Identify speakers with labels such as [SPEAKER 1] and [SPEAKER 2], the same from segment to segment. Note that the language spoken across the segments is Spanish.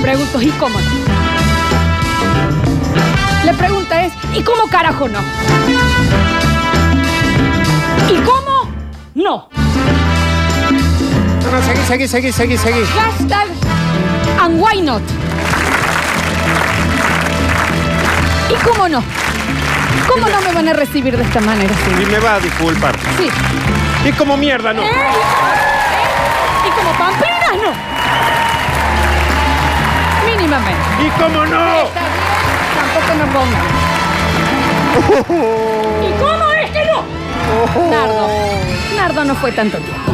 [SPEAKER 1] pregunto, ¿y cómo no? La pregunta es, ¿y cómo carajo no? ¿Y cómo no?
[SPEAKER 2] No, no, seguí, seguí, seguí, seguí, seguí.
[SPEAKER 1] Hashtag and why not. ¿Y cómo no? ¿Cómo no me van a recibir de esta manera?
[SPEAKER 2] Y
[SPEAKER 1] señor?
[SPEAKER 2] me va a disculpar.
[SPEAKER 1] Sí.
[SPEAKER 2] Y como mierda, no.
[SPEAKER 1] ¿Eh? ¿Eh? ¿Y como pamplinas no? Mínimamente.
[SPEAKER 2] Y como no.
[SPEAKER 1] Está bien, Tampoco nos pongan. ¿Y cómo es que no? Nardo. Nardo no fue tanto tiempo.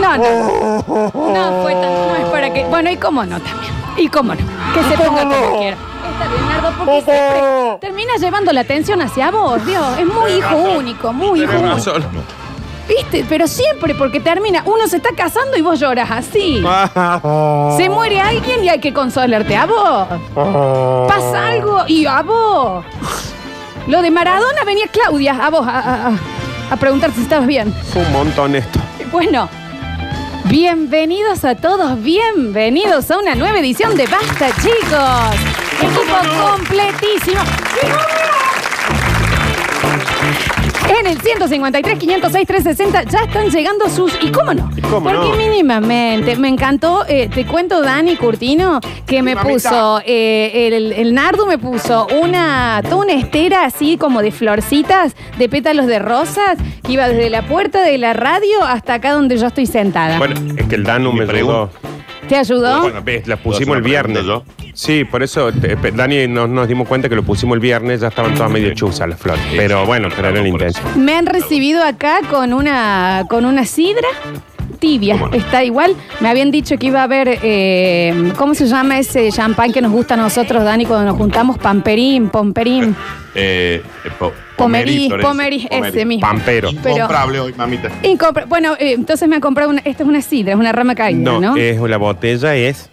[SPEAKER 1] No, no. No fue tanto. No es para que. Bueno, ¿y cómo no también? ¿Y cómo no? Que se ponga como quiera. Está bien, Nardo, porque siempre termina llevando la atención hacia vos, Dios. Es muy hijo único, muy hijo
[SPEAKER 2] Tenés
[SPEAKER 1] único.
[SPEAKER 2] razón.
[SPEAKER 1] ¿Viste? Pero siempre porque termina. Uno se está casando y vos lloras así.
[SPEAKER 2] Ah.
[SPEAKER 1] Se muere alguien y hay que consolarte a vos. Pasa algo y a vos. Lo de Maradona venía Claudia a vos a, a- a- a preguntar si estabas bien.
[SPEAKER 2] Fue un montón esto.
[SPEAKER 1] Bueno, bienvenidos a todos, bienvenidos a una nueva edición de Basta, chicos. Equipo completísimo. En el 153, 506, 360 ya están llegando sus... ¿Y cómo no?
[SPEAKER 2] cómo
[SPEAKER 1] Porque
[SPEAKER 2] no?
[SPEAKER 1] mínimamente, me encantó, eh, te cuento Dani Curtino, que me
[SPEAKER 2] Mamita.
[SPEAKER 1] puso, eh, el, el nardo me puso una, toda una estera así como de florcitas, de pétalos de rosas, que iba desde la puerta de la radio hasta acá donde yo estoy sentada.
[SPEAKER 2] Bueno, es que el Danu
[SPEAKER 3] Mi
[SPEAKER 2] me preguntó.
[SPEAKER 3] pregunta.
[SPEAKER 1] ¿Te ayudó?
[SPEAKER 2] Bueno, ves, la pusimos
[SPEAKER 3] Una
[SPEAKER 2] el viernes.
[SPEAKER 3] pregunta
[SPEAKER 2] Sí, por eso te- pe- Dani nos, nos dimos cuenta que lo pusimos el viernes, ya estaban todas medio chuzas las flores. Pero bueno, pero era el
[SPEAKER 3] Por
[SPEAKER 2] intenso.
[SPEAKER 3] eso.
[SPEAKER 1] Me han recibido acá con una, con una sidra tibia, está igual. Me habían dicho que iba a haber, eh, ¿cómo se llama ese champán que nos gusta a nosotros, Dani, cuando nos juntamos? Pamperín, pomperín,
[SPEAKER 3] Eh, eh, po-
[SPEAKER 1] pomerí,
[SPEAKER 3] Lorenzo.
[SPEAKER 1] pomerí, ese mismo.
[SPEAKER 2] Pampero.
[SPEAKER 1] Pero-
[SPEAKER 3] Incomprable hoy, mamita.
[SPEAKER 1] Incompre- bueno, eh, entonces me han comprado una, esta es una sidra, es una rama caída, ¿no?
[SPEAKER 2] No, eh, es, la botella es.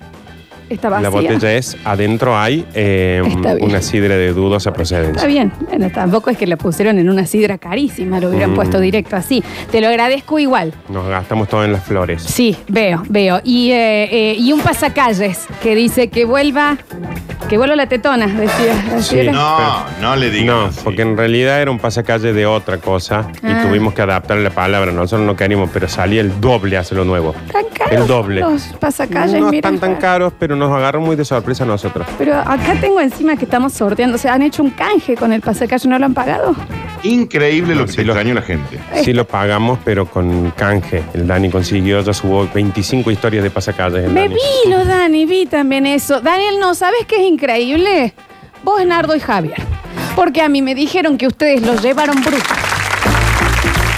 [SPEAKER 1] Está vacía.
[SPEAKER 2] La botella es. Adentro hay eh,
[SPEAKER 1] Está bien.
[SPEAKER 2] una sidra de dudosa
[SPEAKER 1] Está
[SPEAKER 2] procedencia.
[SPEAKER 1] bien, bueno, tampoco es que la pusieron en una sidra carísima, lo
[SPEAKER 2] Mm.
[SPEAKER 1] hubieran puesto directo así. Te lo agradezco igual.
[SPEAKER 2] Nos gastamos todo en las flores.
[SPEAKER 1] Sí, veo, veo. Y, eh, eh, y un pasacalles que dice que vuelva, que vuelva la tetona, decía.
[SPEAKER 2] Sí,
[SPEAKER 1] decía.
[SPEAKER 3] No, no le digas.
[SPEAKER 2] No,
[SPEAKER 3] así.
[SPEAKER 2] porque en realidad era un pasacalle de otra cosa
[SPEAKER 1] Ah.
[SPEAKER 2] y tuvimos que adaptar la palabra. Nosotros no queríamos, pero salía el doble a hacer lo nuevo.
[SPEAKER 1] Tan caros
[SPEAKER 2] El doble.
[SPEAKER 1] los pasacalles,
[SPEAKER 2] no
[SPEAKER 1] mira.
[SPEAKER 2] están tan caros, pero nos agarran muy de sorpresa a nosotros.
[SPEAKER 1] Pero acá tengo encima que estamos sorteando. O sea, han hecho un canje con el pasacalle, ¿no lo han pagado?
[SPEAKER 3] Increíble
[SPEAKER 2] No,
[SPEAKER 3] lo que
[SPEAKER 2] sí,
[SPEAKER 3] se
[SPEAKER 2] lo-
[SPEAKER 3] extrañó la gente.
[SPEAKER 1] Eh.
[SPEAKER 2] Sí lo pagamos, pero con canje. El Dani consiguió, ya subo 25 historias de pasacalles. el
[SPEAKER 1] Me
[SPEAKER 2] Dani.
[SPEAKER 1] vi, lo Dani, vi también eso. Daniel, ¿no sabes qué es increíble? Vos, Nardo y Javier. Porque a mí me dijeron que ustedes lo llevaron brutal.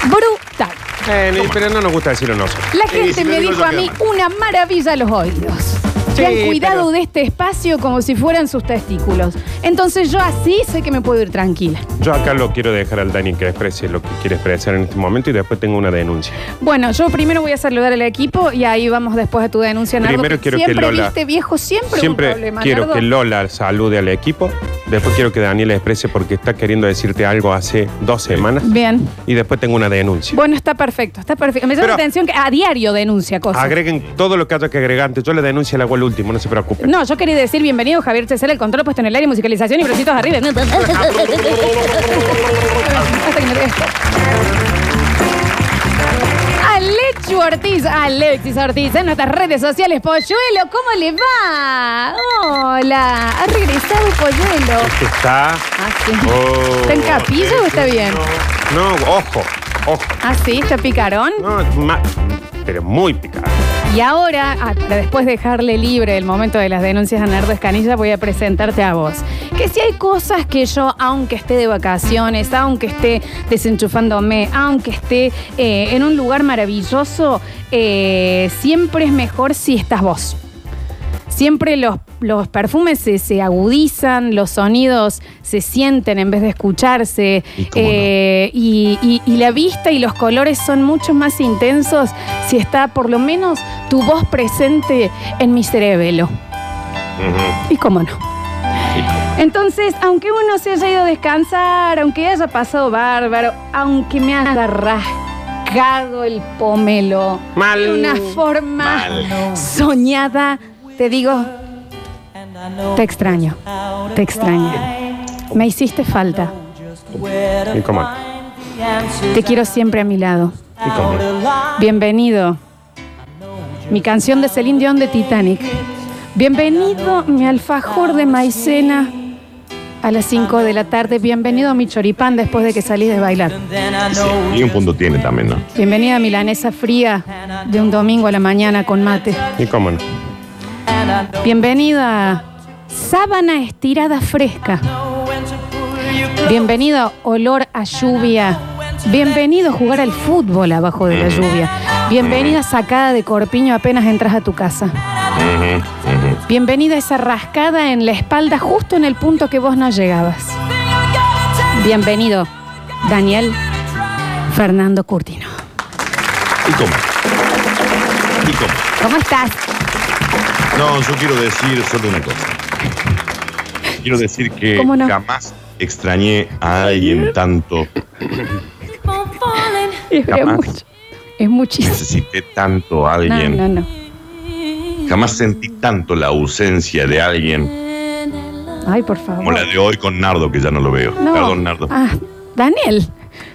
[SPEAKER 1] Brutal.
[SPEAKER 2] Eh, ni- pero no nos gusta decirlo nosotros.
[SPEAKER 1] La
[SPEAKER 3] Sí,
[SPEAKER 1] gente
[SPEAKER 3] si te
[SPEAKER 1] me
[SPEAKER 3] digo
[SPEAKER 1] dijo
[SPEAKER 3] yo
[SPEAKER 1] a
[SPEAKER 3] que
[SPEAKER 1] mí una maravilla a los oídos.
[SPEAKER 2] Sí,
[SPEAKER 1] que han cuidado
[SPEAKER 2] pero-
[SPEAKER 1] de este espacio como si fueran sus testículos. Entonces yo así sé que me puedo ir tranquila.
[SPEAKER 2] Yo acá lo quiero dejar al Dani que exprese lo que quiere expresar en este momento y después tengo una denuncia.
[SPEAKER 1] Bueno, yo primero voy a saludar al equipo y ahí vamos después a tu denuncia, Nardo.
[SPEAKER 2] Primero
[SPEAKER 1] que
[SPEAKER 2] quiero que
[SPEAKER 1] siempre
[SPEAKER 2] Lola-
[SPEAKER 1] viste viejo, siempre, un
[SPEAKER 2] Siempre
[SPEAKER 1] problema,
[SPEAKER 2] quiero
[SPEAKER 1] Nardo.
[SPEAKER 2] que Lola salude al equipo. Después quiero que Daniel exprese porque está queriendo decirte algo hace dos semanas.
[SPEAKER 1] Bien.
[SPEAKER 2] Y después tengo una denuncia.
[SPEAKER 1] Bueno, está perfecto, está perfecto. Me llama la
[SPEAKER 2] Pero-
[SPEAKER 1] atención que a diario denuncia cosas.
[SPEAKER 2] Agreguen todo lo que haya que agregar antes. Yo le denuncio el agua al último, no se preocupen.
[SPEAKER 1] no, yo quería decir bienvenido Javier Chesel, el control puesto en el aire, musicalización y bracitos arriba. Hasta que me ríe. Alechu Ortiz, Alexis Ortiz, en nuestras redes sociales, Polluelo, ¿cómo le va? Hola, ha regresado Polluelo.
[SPEAKER 2] Este Está.
[SPEAKER 1] Ah, sí.
[SPEAKER 2] Oh,
[SPEAKER 1] ¿Está en capilla o está bien?
[SPEAKER 2] No, ojo, ojo.
[SPEAKER 1] Ah, sí, está picarón.
[SPEAKER 2] No, es ma- pero muy picado.
[SPEAKER 1] Y ahora, ah, para después dejarle libre el momento de las denuncias a Nardo Escanilla, voy a presentarte a vos. Que si hay cosas que yo, aunque esté de vacaciones, aunque esté desenchufándome, aunque esté eh, en un lugar maravilloso, eh, siempre es mejor si estás vos. Siempre los, los perfumes se, se agudizan, los sonidos se sienten en vez de escucharse.
[SPEAKER 3] Y cómo no.
[SPEAKER 1] eh, y- y- y la vista y los colores son mucho más intensos si está por lo menos tu voz presente en mi cerebelo. Y cómo no. Entonces, aunque uno se haya ido a descansar, aunque haya pasado bárbaro, aunque me haya rascado el pomelo
[SPEAKER 2] Mal.
[SPEAKER 1] de una forma
[SPEAKER 3] Mal.
[SPEAKER 1] soñada, te digo, Te extraño. Te extraño. Me hiciste falta.
[SPEAKER 2] Y cómo.
[SPEAKER 1] Te quiero siempre a mi lado.
[SPEAKER 2] Y cómo.
[SPEAKER 1] Bienvenido. Mi canción de Celine Dion de Titanic. Bienvenido mi alfajor de maicena a las 5 de la tarde. Bienvenido mi choripán después de que salís de bailar.
[SPEAKER 3] Y un punto tiene también, ¿no?
[SPEAKER 1] Bienvenida milanesa fría de un domingo a la mañana con mate.
[SPEAKER 2] Y cómo no.
[SPEAKER 1] Bienvenida sábana estirada fresca. Bienvenido olor a lluvia. Bienvenido jugar al fútbol abajo de la lluvia. Bienvenida sacada de corpiño apenas entras a tu casa. Bienvenida esa rascada en la espalda justo en el punto que vos no llegabas. Bienvenido, Daniel Fernando Curtino.
[SPEAKER 3] Y cómo. Y cómo.
[SPEAKER 1] ¿Cómo estás?
[SPEAKER 3] No, yo quiero decir solo una cosa. Quiero decir que
[SPEAKER 1] ¿Cómo no?
[SPEAKER 3] jamás extrañé a alguien tanto,
[SPEAKER 1] Es
[SPEAKER 3] Capaz.
[SPEAKER 1] mucho. Es muchísimo.
[SPEAKER 3] necesité tanto a
[SPEAKER 1] No,
[SPEAKER 3] alguien,
[SPEAKER 1] no, no.
[SPEAKER 3] jamás sentí tanto la ausencia de alguien
[SPEAKER 1] Ay, por favor.
[SPEAKER 3] como la de hoy con Nardo, que ya no lo veo.
[SPEAKER 1] No.
[SPEAKER 3] Perdón, Nardo.
[SPEAKER 1] Ah, Daniel.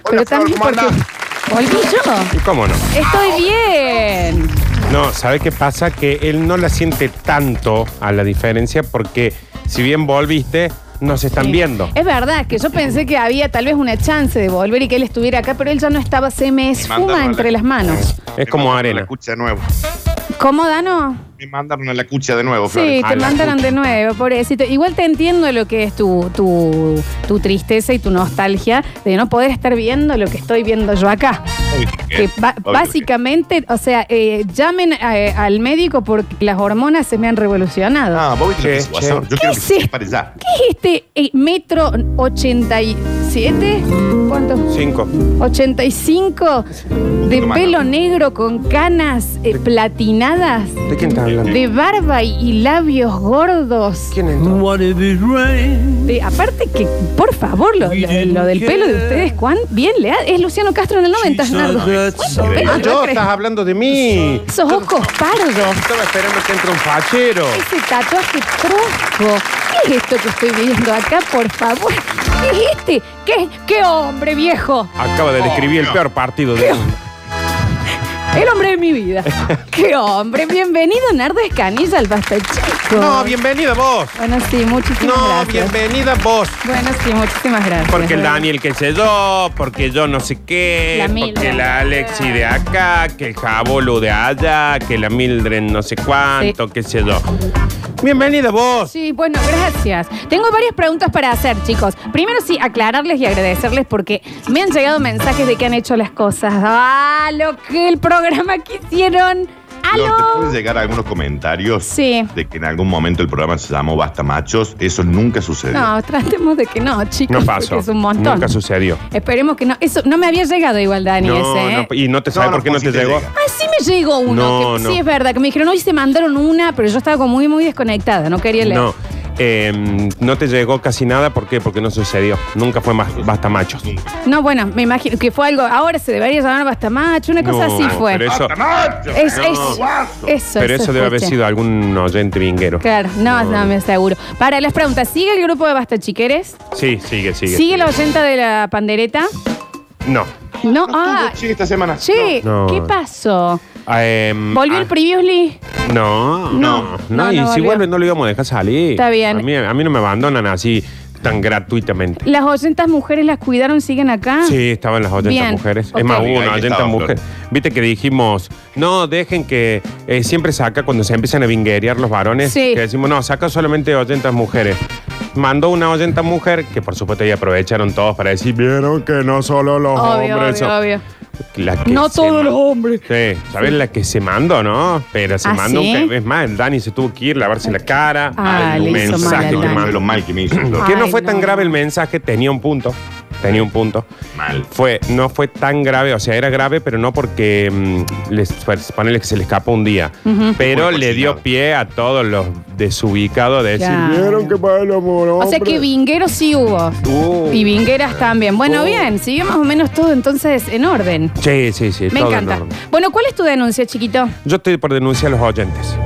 [SPEAKER 1] pero
[SPEAKER 2] Flor,
[SPEAKER 1] también
[SPEAKER 2] ¿cómo
[SPEAKER 1] porque.
[SPEAKER 2] andás?
[SPEAKER 1] Volví yo.
[SPEAKER 2] Y cómo no.
[SPEAKER 1] Estoy bien.
[SPEAKER 2] No, ¿sabe qué pasa? Que él no la siente tanto a la diferencia porque si bien volviste, no se están viendo.
[SPEAKER 1] Es verdad que yo pensé que había tal vez una chance de volver y que él estuviera acá, pero él ya no estaba, se me
[SPEAKER 3] mandaron
[SPEAKER 1] esfuma
[SPEAKER 3] a la-
[SPEAKER 1] entre las manos.
[SPEAKER 2] Es
[SPEAKER 3] Me
[SPEAKER 2] como
[SPEAKER 3] mandaron a
[SPEAKER 2] arena.
[SPEAKER 3] La cucha de nuevo.
[SPEAKER 1] ¿Cómo, Dano?
[SPEAKER 3] Me mandaron a la cucha de nuevo,
[SPEAKER 1] Sí,
[SPEAKER 3] Oh, Flores.
[SPEAKER 1] te
[SPEAKER 2] a la
[SPEAKER 1] mandaron de nuevo, pobrecito. Igual te entiendo lo que es tu, tu, tu tristeza y tu nostalgia de no poder estar viendo lo que estoy viendo yo acá.
[SPEAKER 3] Obvio
[SPEAKER 1] Que ba-
[SPEAKER 3] obvio
[SPEAKER 1] básicamente, o sea, eh, llamen eh, al médico porque las hormonas se me han revolucionado.
[SPEAKER 3] Ah, vos viste lo que
[SPEAKER 2] Che,
[SPEAKER 3] se pasó.
[SPEAKER 2] che.
[SPEAKER 3] Yo quiero que
[SPEAKER 1] Sí.
[SPEAKER 3] se para allá.
[SPEAKER 1] ¿Qué es este eh, metro 87? ¿Cuánto?
[SPEAKER 2] Cinco.
[SPEAKER 1] 85 de
[SPEAKER 3] poquito más,
[SPEAKER 1] pelo
[SPEAKER 3] ¿no?
[SPEAKER 1] negro con canas eh, platinadas,
[SPEAKER 2] ¿De quién estás hablando?
[SPEAKER 1] de barba y, y labios gordos.
[SPEAKER 2] ¿Quién entró?
[SPEAKER 4] What if it rains?
[SPEAKER 1] De- aparte que, por favor, lo, lo- lo del pelo de ustedes, ¿cuán bien le ha- Es Luciano Castro en el 90, Nardo.
[SPEAKER 3] increíble.
[SPEAKER 2] Ah, yo,
[SPEAKER 1] ¿Qué
[SPEAKER 2] estás hablando de mí.
[SPEAKER 1] Esos ojos pardos,
[SPEAKER 2] Estaba esperando que entre un fachero.
[SPEAKER 1] ese tatuaje trosco. ¿Qué es esto que estoy viendo acá, por favor? ¿Qué es este? ¿Qué, qué hombre viejo?
[SPEAKER 2] Acaba de describir el peor partido de.
[SPEAKER 1] El hombre de mi vida. ¡Qué hombre! Bienvenido, Nardo Escanilla, al Basta Chico.
[SPEAKER 2] No, bienvenida vos.
[SPEAKER 1] Bueno, sí, muchísimas
[SPEAKER 2] No,
[SPEAKER 1] gracias.
[SPEAKER 2] bienvenida vos.
[SPEAKER 1] Bueno, sí, muchísimas gracias.
[SPEAKER 2] Porque el Daniel que sé yo, porque yo no sé qué,
[SPEAKER 1] La Mildred.
[SPEAKER 2] porque la Alexi de acá, que el Jabolo de allá, que la Mildred no sé cuánto, qué sé yo. Bienvenida vos.
[SPEAKER 1] Sí, bueno, gracias. Tengo varias preguntas para hacer, chicos. Primero sí, aclararles y agradecerles porque me han llegado mensajes de que han hecho las cosas. ¡Ah, lo que el programa que hicieron!
[SPEAKER 3] Flor, ¿te pueden
[SPEAKER 1] ¡Aló!
[SPEAKER 3] llegar algunos comentarios
[SPEAKER 1] Sí.
[SPEAKER 3] de que en algún momento el programa se llamó Basta Machos? Eso nunca sucedió.
[SPEAKER 1] No, tratemos de que no, chicos.
[SPEAKER 2] No
[SPEAKER 1] porque
[SPEAKER 2] pasó.
[SPEAKER 1] Es un montón.
[SPEAKER 2] Nunca sucedió.
[SPEAKER 1] Esperemos que no. Eso no me había llegado igual, Dani, ese, ¿eh?
[SPEAKER 2] No, no, y no te sabes
[SPEAKER 3] No, no,
[SPEAKER 2] por qué no
[SPEAKER 3] pues
[SPEAKER 2] te
[SPEAKER 3] sí te
[SPEAKER 2] llegó.
[SPEAKER 3] llega.
[SPEAKER 1] Ah, sí me llegó uno.
[SPEAKER 2] No,
[SPEAKER 1] que-
[SPEAKER 2] no.
[SPEAKER 1] Sí, es verdad, que me dijeron, hoy se mandaron una, pero yo estaba como muy, muy desconectada, no quería leer.
[SPEAKER 2] No, eh, no te llegó casi nada. ¿Por qué? Porque no sucedió. Nunca fue más basta machos.
[SPEAKER 1] No, bueno, me imagino que fue algo, ahora se debería llamar Basta Macho, una cosa
[SPEAKER 2] No,
[SPEAKER 1] así fue.
[SPEAKER 2] pero eso-
[SPEAKER 3] ¡Basta Machos!
[SPEAKER 1] Es-
[SPEAKER 2] no,
[SPEAKER 1] es-
[SPEAKER 3] guaso.
[SPEAKER 1] eso,
[SPEAKER 2] Pero eso debe
[SPEAKER 1] fue,
[SPEAKER 2] haber
[SPEAKER 1] che.
[SPEAKER 2] sido algún oyente vinguero.
[SPEAKER 1] Claro, no, no, me aseguro. Para las preguntas, ¿sigue el grupo de Basta Chiqueres?
[SPEAKER 2] Sí, sigue, sigue.
[SPEAKER 1] ¿Sigue, la oyenta de la pandereta?
[SPEAKER 2] No.
[SPEAKER 1] No,
[SPEAKER 3] No
[SPEAKER 1] ah,
[SPEAKER 3] tuvo chiste esta semana.
[SPEAKER 1] che,
[SPEAKER 2] No.
[SPEAKER 1] ¿qué
[SPEAKER 2] No.
[SPEAKER 1] pasó?
[SPEAKER 2] Em,
[SPEAKER 1] ¿Volvió
[SPEAKER 2] ah,
[SPEAKER 1] el Previously?
[SPEAKER 2] No,
[SPEAKER 1] No.
[SPEAKER 2] no,
[SPEAKER 1] No,
[SPEAKER 2] no. Y
[SPEAKER 1] no
[SPEAKER 2] si
[SPEAKER 1] volvió.
[SPEAKER 2] vuelven, no lo íbamos a dejar salir.
[SPEAKER 1] Está bien.
[SPEAKER 2] A mí, a mí no me abandonan así tan gratuitamente.
[SPEAKER 1] ¿Las oyentas mujeres las cuidaron, siguen acá?
[SPEAKER 2] Sí, estaban las 80
[SPEAKER 1] Ah, Bien,
[SPEAKER 2] mujeres.
[SPEAKER 1] ok.
[SPEAKER 2] Es más,
[SPEAKER 3] Ahí
[SPEAKER 2] hubo una 80
[SPEAKER 3] estaba,
[SPEAKER 2] mujeres. Viste que dijimos, no, dejen que eh, siempre saca cuando se empiezan a vinguerear los varones.
[SPEAKER 1] Sí.
[SPEAKER 2] Que decimos, no, saca solamente 80 mujeres. Mandó una 80 mujer, que por supuesto ahí aprovecharon todos para decir, vieron que no solo los
[SPEAKER 1] Obvio,
[SPEAKER 2] hombres.
[SPEAKER 1] obvio,
[SPEAKER 2] son-".
[SPEAKER 1] obvio.
[SPEAKER 2] La que
[SPEAKER 1] No
[SPEAKER 2] se
[SPEAKER 1] todos
[SPEAKER 2] ma-
[SPEAKER 1] los hombres.
[SPEAKER 2] Sí, ¿sabés la que se mandó, no? Pero se
[SPEAKER 1] ¿Ah,
[SPEAKER 2] mandó
[SPEAKER 1] sí?
[SPEAKER 2] un es más, el Dani se tuvo que ir, lavarse la cara.
[SPEAKER 1] Ah,
[SPEAKER 2] el
[SPEAKER 1] le hizo mal
[SPEAKER 2] mensaje
[SPEAKER 1] al
[SPEAKER 2] que
[SPEAKER 1] Dani.
[SPEAKER 2] mandó.
[SPEAKER 3] lo mal que me hizo. Flor.
[SPEAKER 2] Que no
[SPEAKER 1] Ay,
[SPEAKER 2] fue
[SPEAKER 1] no.
[SPEAKER 2] tan grave el mensaje, tenía un punto. Tenía un punto.
[SPEAKER 1] Ah.
[SPEAKER 3] Mal.
[SPEAKER 2] Fue, no fue tan grave, o sea, era grave, pero no porque mm, les, pues, ponele que se le escapó un día. Pero
[SPEAKER 3] Muy
[SPEAKER 2] le dio
[SPEAKER 3] cocinado.
[SPEAKER 2] pie a todos los desubicados de decir,
[SPEAKER 1] Claro.
[SPEAKER 2] vieron que para el amor.
[SPEAKER 1] O sea que vingueros sí hubo. Y vingueras también. Bueno,
[SPEAKER 2] Oh.
[SPEAKER 1] bien, siguió más o menos todo entonces en orden.
[SPEAKER 2] Sí, sí, sí.
[SPEAKER 1] Me
[SPEAKER 2] todo en
[SPEAKER 1] encanta.
[SPEAKER 2] orden.
[SPEAKER 1] Bueno, ¿cuál es tu denuncia, chiquito?
[SPEAKER 2] Yo estoy por denunciar a los oyentes.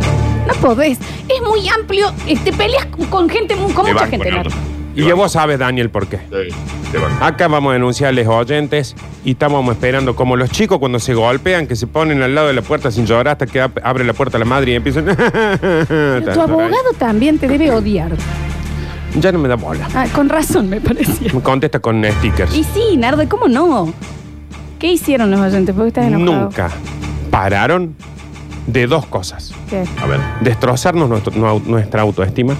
[SPEAKER 1] No podés. Es muy amplio. eh, Te peleas con gente, con
[SPEAKER 3] Te
[SPEAKER 1] mucha
[SPEAKER 3] banco,
[SPEAKER 1] gente. Nardo.
[SPEAKER 3] Nardo. Te
[SPEAKER 2] Y que
[SPEAKER 3] banco.
[SPEAKER 2] vos sabes, Daniel, por qué.
[SPEAKER 3] Sí, te banco.
[SPEAKER 2] Acá vamos a denunciar a los oyentes y estamos esperando como los chicos cuando se golpean, que se ponen al lado de la puerta sin llorar hasta que ab- abre la puerta la madre y empiezan...
[SPEAKER 1] Pero Tu abogado también te debe odiar.
[SPEAKER 2] Ya no me da bola.
[SPEAKER 1] Ah, con razón, me parecía.
[SPEAKER 2] Me contesta con stickers.
[SPEAKER 1] Y sí, Nardo, ¿cómo no? ¿Qué hicieron los oyentes? Porque estás enojado.
[SPEAKER 2] Nunca pararon de dos cosas.
[SPEAKER 1] ¿Qué?
[SPEAKER 3] A ver.
[SPEAKER 2] Destrozarnos nuestro- nu- nuestra autoestima.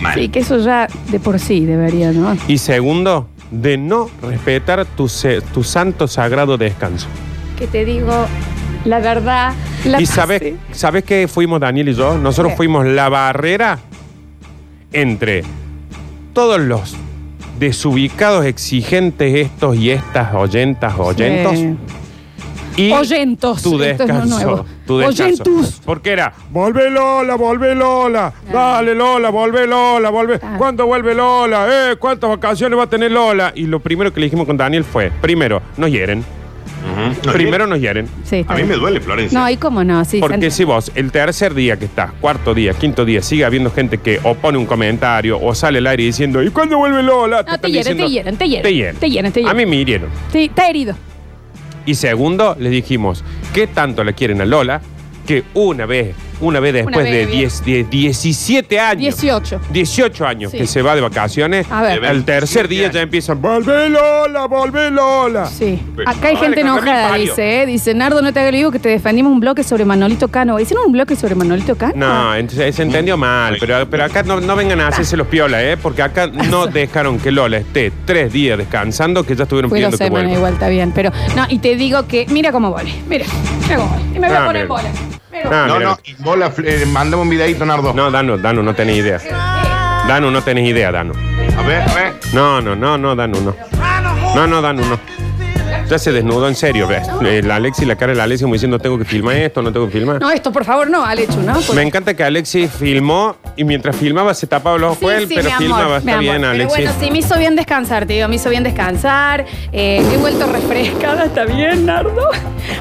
[SPEAKER 3] Mal.
[SPEAKER 1] Sí, que eso ya de por sí debería, ¿no?
[SPEAKER 2] Y segundo, de no respetar tu, se- tu santo sagrado descanso.
[SPEAKER 1] Que te digo la verdad. La
[SPEAKER 2] ¿Y sabes,
[SPEAKER 1] pasé.
[SPEAKER 2] sabes qué fuimos Daniel y yo? Nosotros
[SPEAKER 1] ¿Qué?
[SPEAKER 2] fuimos la barrera entre todos los desubicados, exigentes, estos y estas, oyentas, oyentos.
[SPEAKER 1] Sí.
[SPEAKER 2] Y
[SPEAKER 1] Oyentos,
[SPEAKER 2] Tu
[SPEAKER 1] esto es lo
[SPEAKER 2] descanso.
[SPEAKER 1] nuevo.
[SPEAKER 2] Tu descanso.
[SPEAKER 1] Oyentus.
[SPEAKER 2] Porque era, volvé Lola, volvé Lola, dale Lola, volvé Lola, volvé.
[SPEAKER 1] Ah.
[SPEAKER 2] ¿Cuándo vuelve Lola? Eh, ¿Cuántas vacaciones va a tener Lola? Y lo primero que le dijimos con Daniel fue, primero, nos hieren.
[SPEAKER 3] Ujú. No,
[SPEAKER 2] primero nos hieren.
[SPEAKER 1] Sí,
[SPEAKER 3] A
[SPEAKER 1] está
[SPEAKER 3] mí
[SPEAKER 1] bien.
[SPEAKER 3] me duele, Florencia.
[SPEAKER 1] No, ¿y cómo no? Sí,
[SPEAKER 2] Porque
[SPEAKER 1] Santi.
[SPEAKER 2] si vos, el tercer día que estás, cuarto día, quinto día, sigue habiendo gente que o pone un comentario o sale al aire diciendo, ¿y cuándo vuelve Lola?
[SPEAKER 1] No, te
[SPEAKER 2] están
[SPEAKER 1] hieren,
[SPEAKER 2] diciendo-
[SPEAKER 1] te hieren, te hieren.
[SPEAKER 2] Te hieren.
[SPEAKER 1] Te hieren, te hieren.
[SPEAKER 2] A mí me hirieron.
[SPEAKER 1] Sí, está herido.
[SPEAKER 2] Y segundo, les dijimos, ¿qué tanto le quieren a Lola? Que una vez, una vez después
[SPEAKER 1] vez,
[SPEAKER 2] de,
[SPEAKER 1] bien.
[SPEAKER 2] 10, de 17 años.
[SPEAKER 1] 18.
[SPEAKER 2] 18 años
[SPEAKER 1] Sí.
[SPEAKER 2] que se va de vacaciones.
[SPEAKER 1] A ver.
[SPEAKER 2] Al tercer día ya empiezan, volvé Lola, volvé Lola.
[SPEAKER 1] Sí.
[SPEAKER 3] Pero-
[SPEAKER 1] Acá hay
[SPEAKER 2] Vale,
[SPEAKER 1] gente
[SPEAKER 2] que también
[SPEAKER 1] enojada,
[SPEAKER 2] parió.
[SPEAKER 1] dice, ¿eh? Dice, Nardo, no te hagas el vivo que te defendimos un bloque sobre Manolito Cano. ¿Hicieron un bloque sobre Manolito Cano?
[SPEAKER 2] No, entonces se entendió mal, pero, pero acá no, no vengan a hacerse los piola, ¿eh? Porque acá no dejaron que Lola esté tres días descansando, que ya estuvieron
[SPEAKER 1] Fui dos
[SPEAKER 2] pidiendo que
[SPEAKER 1] semanas,
[SPEAKER 2] vuelva.
[SPEAKER 1] igual está bien. Pero, no, y te digo que, mira cómo vole. Mira, mira cómo vole. Y me voy
[SPEAKER 2] Ah,
[SPEAKER 1] a poner
[SPEAKER 2] mira.
[SPEAKER 1] bola. Mira.
[SPEAKER 2] Ah,
[SPEAKER 3] No,
[SPEAKER 2] mira.
[SPEAKER 3] no, y Bola, Fle- eh, mandame un videito, Nardo.
[SPEAKER 2] No, Danu, Danu, no tenés idea.
[SPEAKER 1] Eh,
[SPEAKER 2] Danu, no tenés idea, Danu.
[SPEAKER 3] A ver, a ver.
[SPEAKER 2] No, no, no, no, Danu, no. No, no, Danu, no. Ya se desnudó en serio. ¿ves? El Alexi, la cara del Alexi como diciendo, tengo que filmar esto, no tengo que filmar.
[SPEAKER 1] No, pues. esto, por favor, no, al hecho, ¿no? Por-
[SPEAKER 2] Me encanta que Alexi filmó y mientras filmaba se tapaba los
[SPEAKER 1] Sí,
[SPEAKER 2] ojos, él,
[SPEAKER 1] sí,
[SPEAKER 2] pero
[SPEAKER 1] mi amor,
[SPEAKER 2] filmaba. Está
[SPEAKER 1] mi
[SPEAKER 2] bien,
[SPEAKER 1] amor.
[SPEAKER 2] Alexi.
[SPEAKER 1] Pero bueno, sí, me hizo bien descansar, te digo, me hizo bien descansar. Eh, he vuelto refrescada, está bien, Nardo.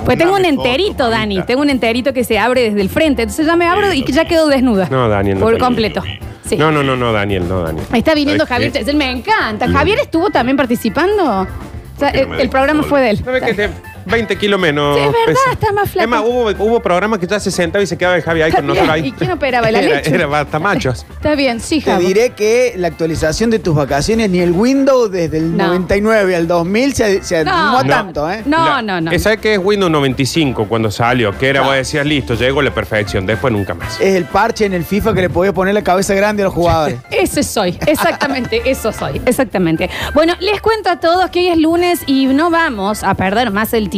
[SPEAKER 1] Pues tengo un
[SPEAKER 3] Dame
[SPEAKER 1] enterito,
[SPEAKER 3] foto,
[SPEAKER 1] Dani,
[SPEAKER 3] mamita.
[SPEAKER 1] tengo un enterito que se abre desde el frente. Entonces ya me abro y ya quedo desnuda.
[SPEAKER 2] No, Daniel, no
[SPEAKER 1] Por
[SPEAKER 2] te-
[SPEAKER 1] completo. Sí.
[SPEAKER 2] No, no, no, no, Daniel, no, Daniel.
[SPEAKER 1] Ahí está viniendo
[SPEAKER 3] ¿Sabes
[SPEAKER 1] Javier
[SPEAKER 3] qué?
[SPEAKER 1] Chesel, me encanta.
[SPEAKER 2] Mm.
[SPEAKER 1] Javier estuvo también participando. O sea,
[SPEAKER 3] Que no
[SPEAKER 1] el,
[SPEAKER 3] me
[SPEAKER 1] el
[SPEAKER 3] dejo
[SPEAKER 1] programa
[SPEAKER 3] solo.
[SPEAKER 1] fue de él.
[SPEAKER 2] ¿Sabes que te- 20 kilos menos.
[SPEAKER 1] Sí, es verdad,
[SPEAKER 2] pesa.
[SPEAKER 1] está más flaco.
[SPEAKER 2] Es más, hubo, hubo programas que ya se sentaba y se quedaba el Javi ahí
[SPEAKER 1] Está
[SPEAKER 2] con nosotros
[SPEAKER 1] bien.
[SPEAKER 2] ahí.
[SPEAKER 1] ¿Y quién operaba? ¿La
[SPEAKER 2] Era,
[SPEAKER 1] leche?
[SPEAKER 2] era basta machos.
[SPEAKER 1] Está bien, sí,
[SPEAKER 5] Te
[SPEAKER 1] Javier.
[SPEAKER 5] diré que la actualización de tus vacaciones ni el Windows desde el
[SPEAKER 1] No.
[SPEAKER 5] 99 al 2000 se, se animó tanto, ¿eh?
[SPEAKER 1] No,
[SPEAKER 2] La-
[SPEAKER 1] no, no.
[SPEAKER 2] ¿Sabes qué es Windows 95 cuando salió? Que era, vos decías, listo, llegó a la perfección, después nunca más.
[SPEAKER 1] Eh.
[SPEAKER 5] Es el parche en el FIFA que le podías poner la cabeza grande a los jugadores.
[SPEAKER 1] Ese soy, exactamente, eso soy, exactamente. Bueno, les cuento a todos que hoy es lunes y no vamos a perder más el tiempo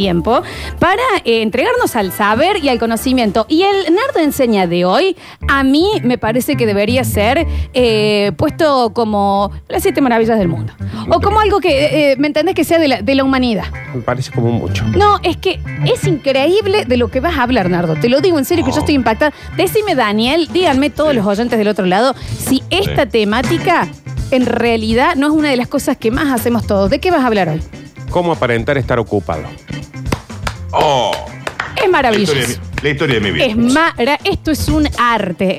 [SPEAKER 1] para eh, entregarnos al saber y al conocimiento. Y el Nardo Enseña de hoy, a mí me parece que debería ser eh, puesto como las siete maravillas del mundo. O como algo que, eh, eh, ¿me entendés? Que sea de la, de la humanidad.
[SPEAKER 2] Me parece como mucho.
[SPEAKER 1] No, es que es increíble de lo que vas a hablar, Nardo. Te lo digo en serio, que yo
[SPEAKER 3] Oh.
[SPEAKER 1] estoy impactada. Decime, Daniel, díganme todos los oyentes del otro lado, si esta temática en realidad no es una de las cosas que más hacemos todos. ¿De qué vas a hablar hoy?
[SPEAKER 2] ¿Cómo aparentar estar ocupado?
[SPEAKER 3] Oh,
[SPEAKER 1] Es
[SPEAKER 3] la historia, de
[SPEAKER 1] maravilloso.
[SPEAKER 3] mi- la historia de mi vida.
[SPEAKER 1] Es mara, esto es un arte.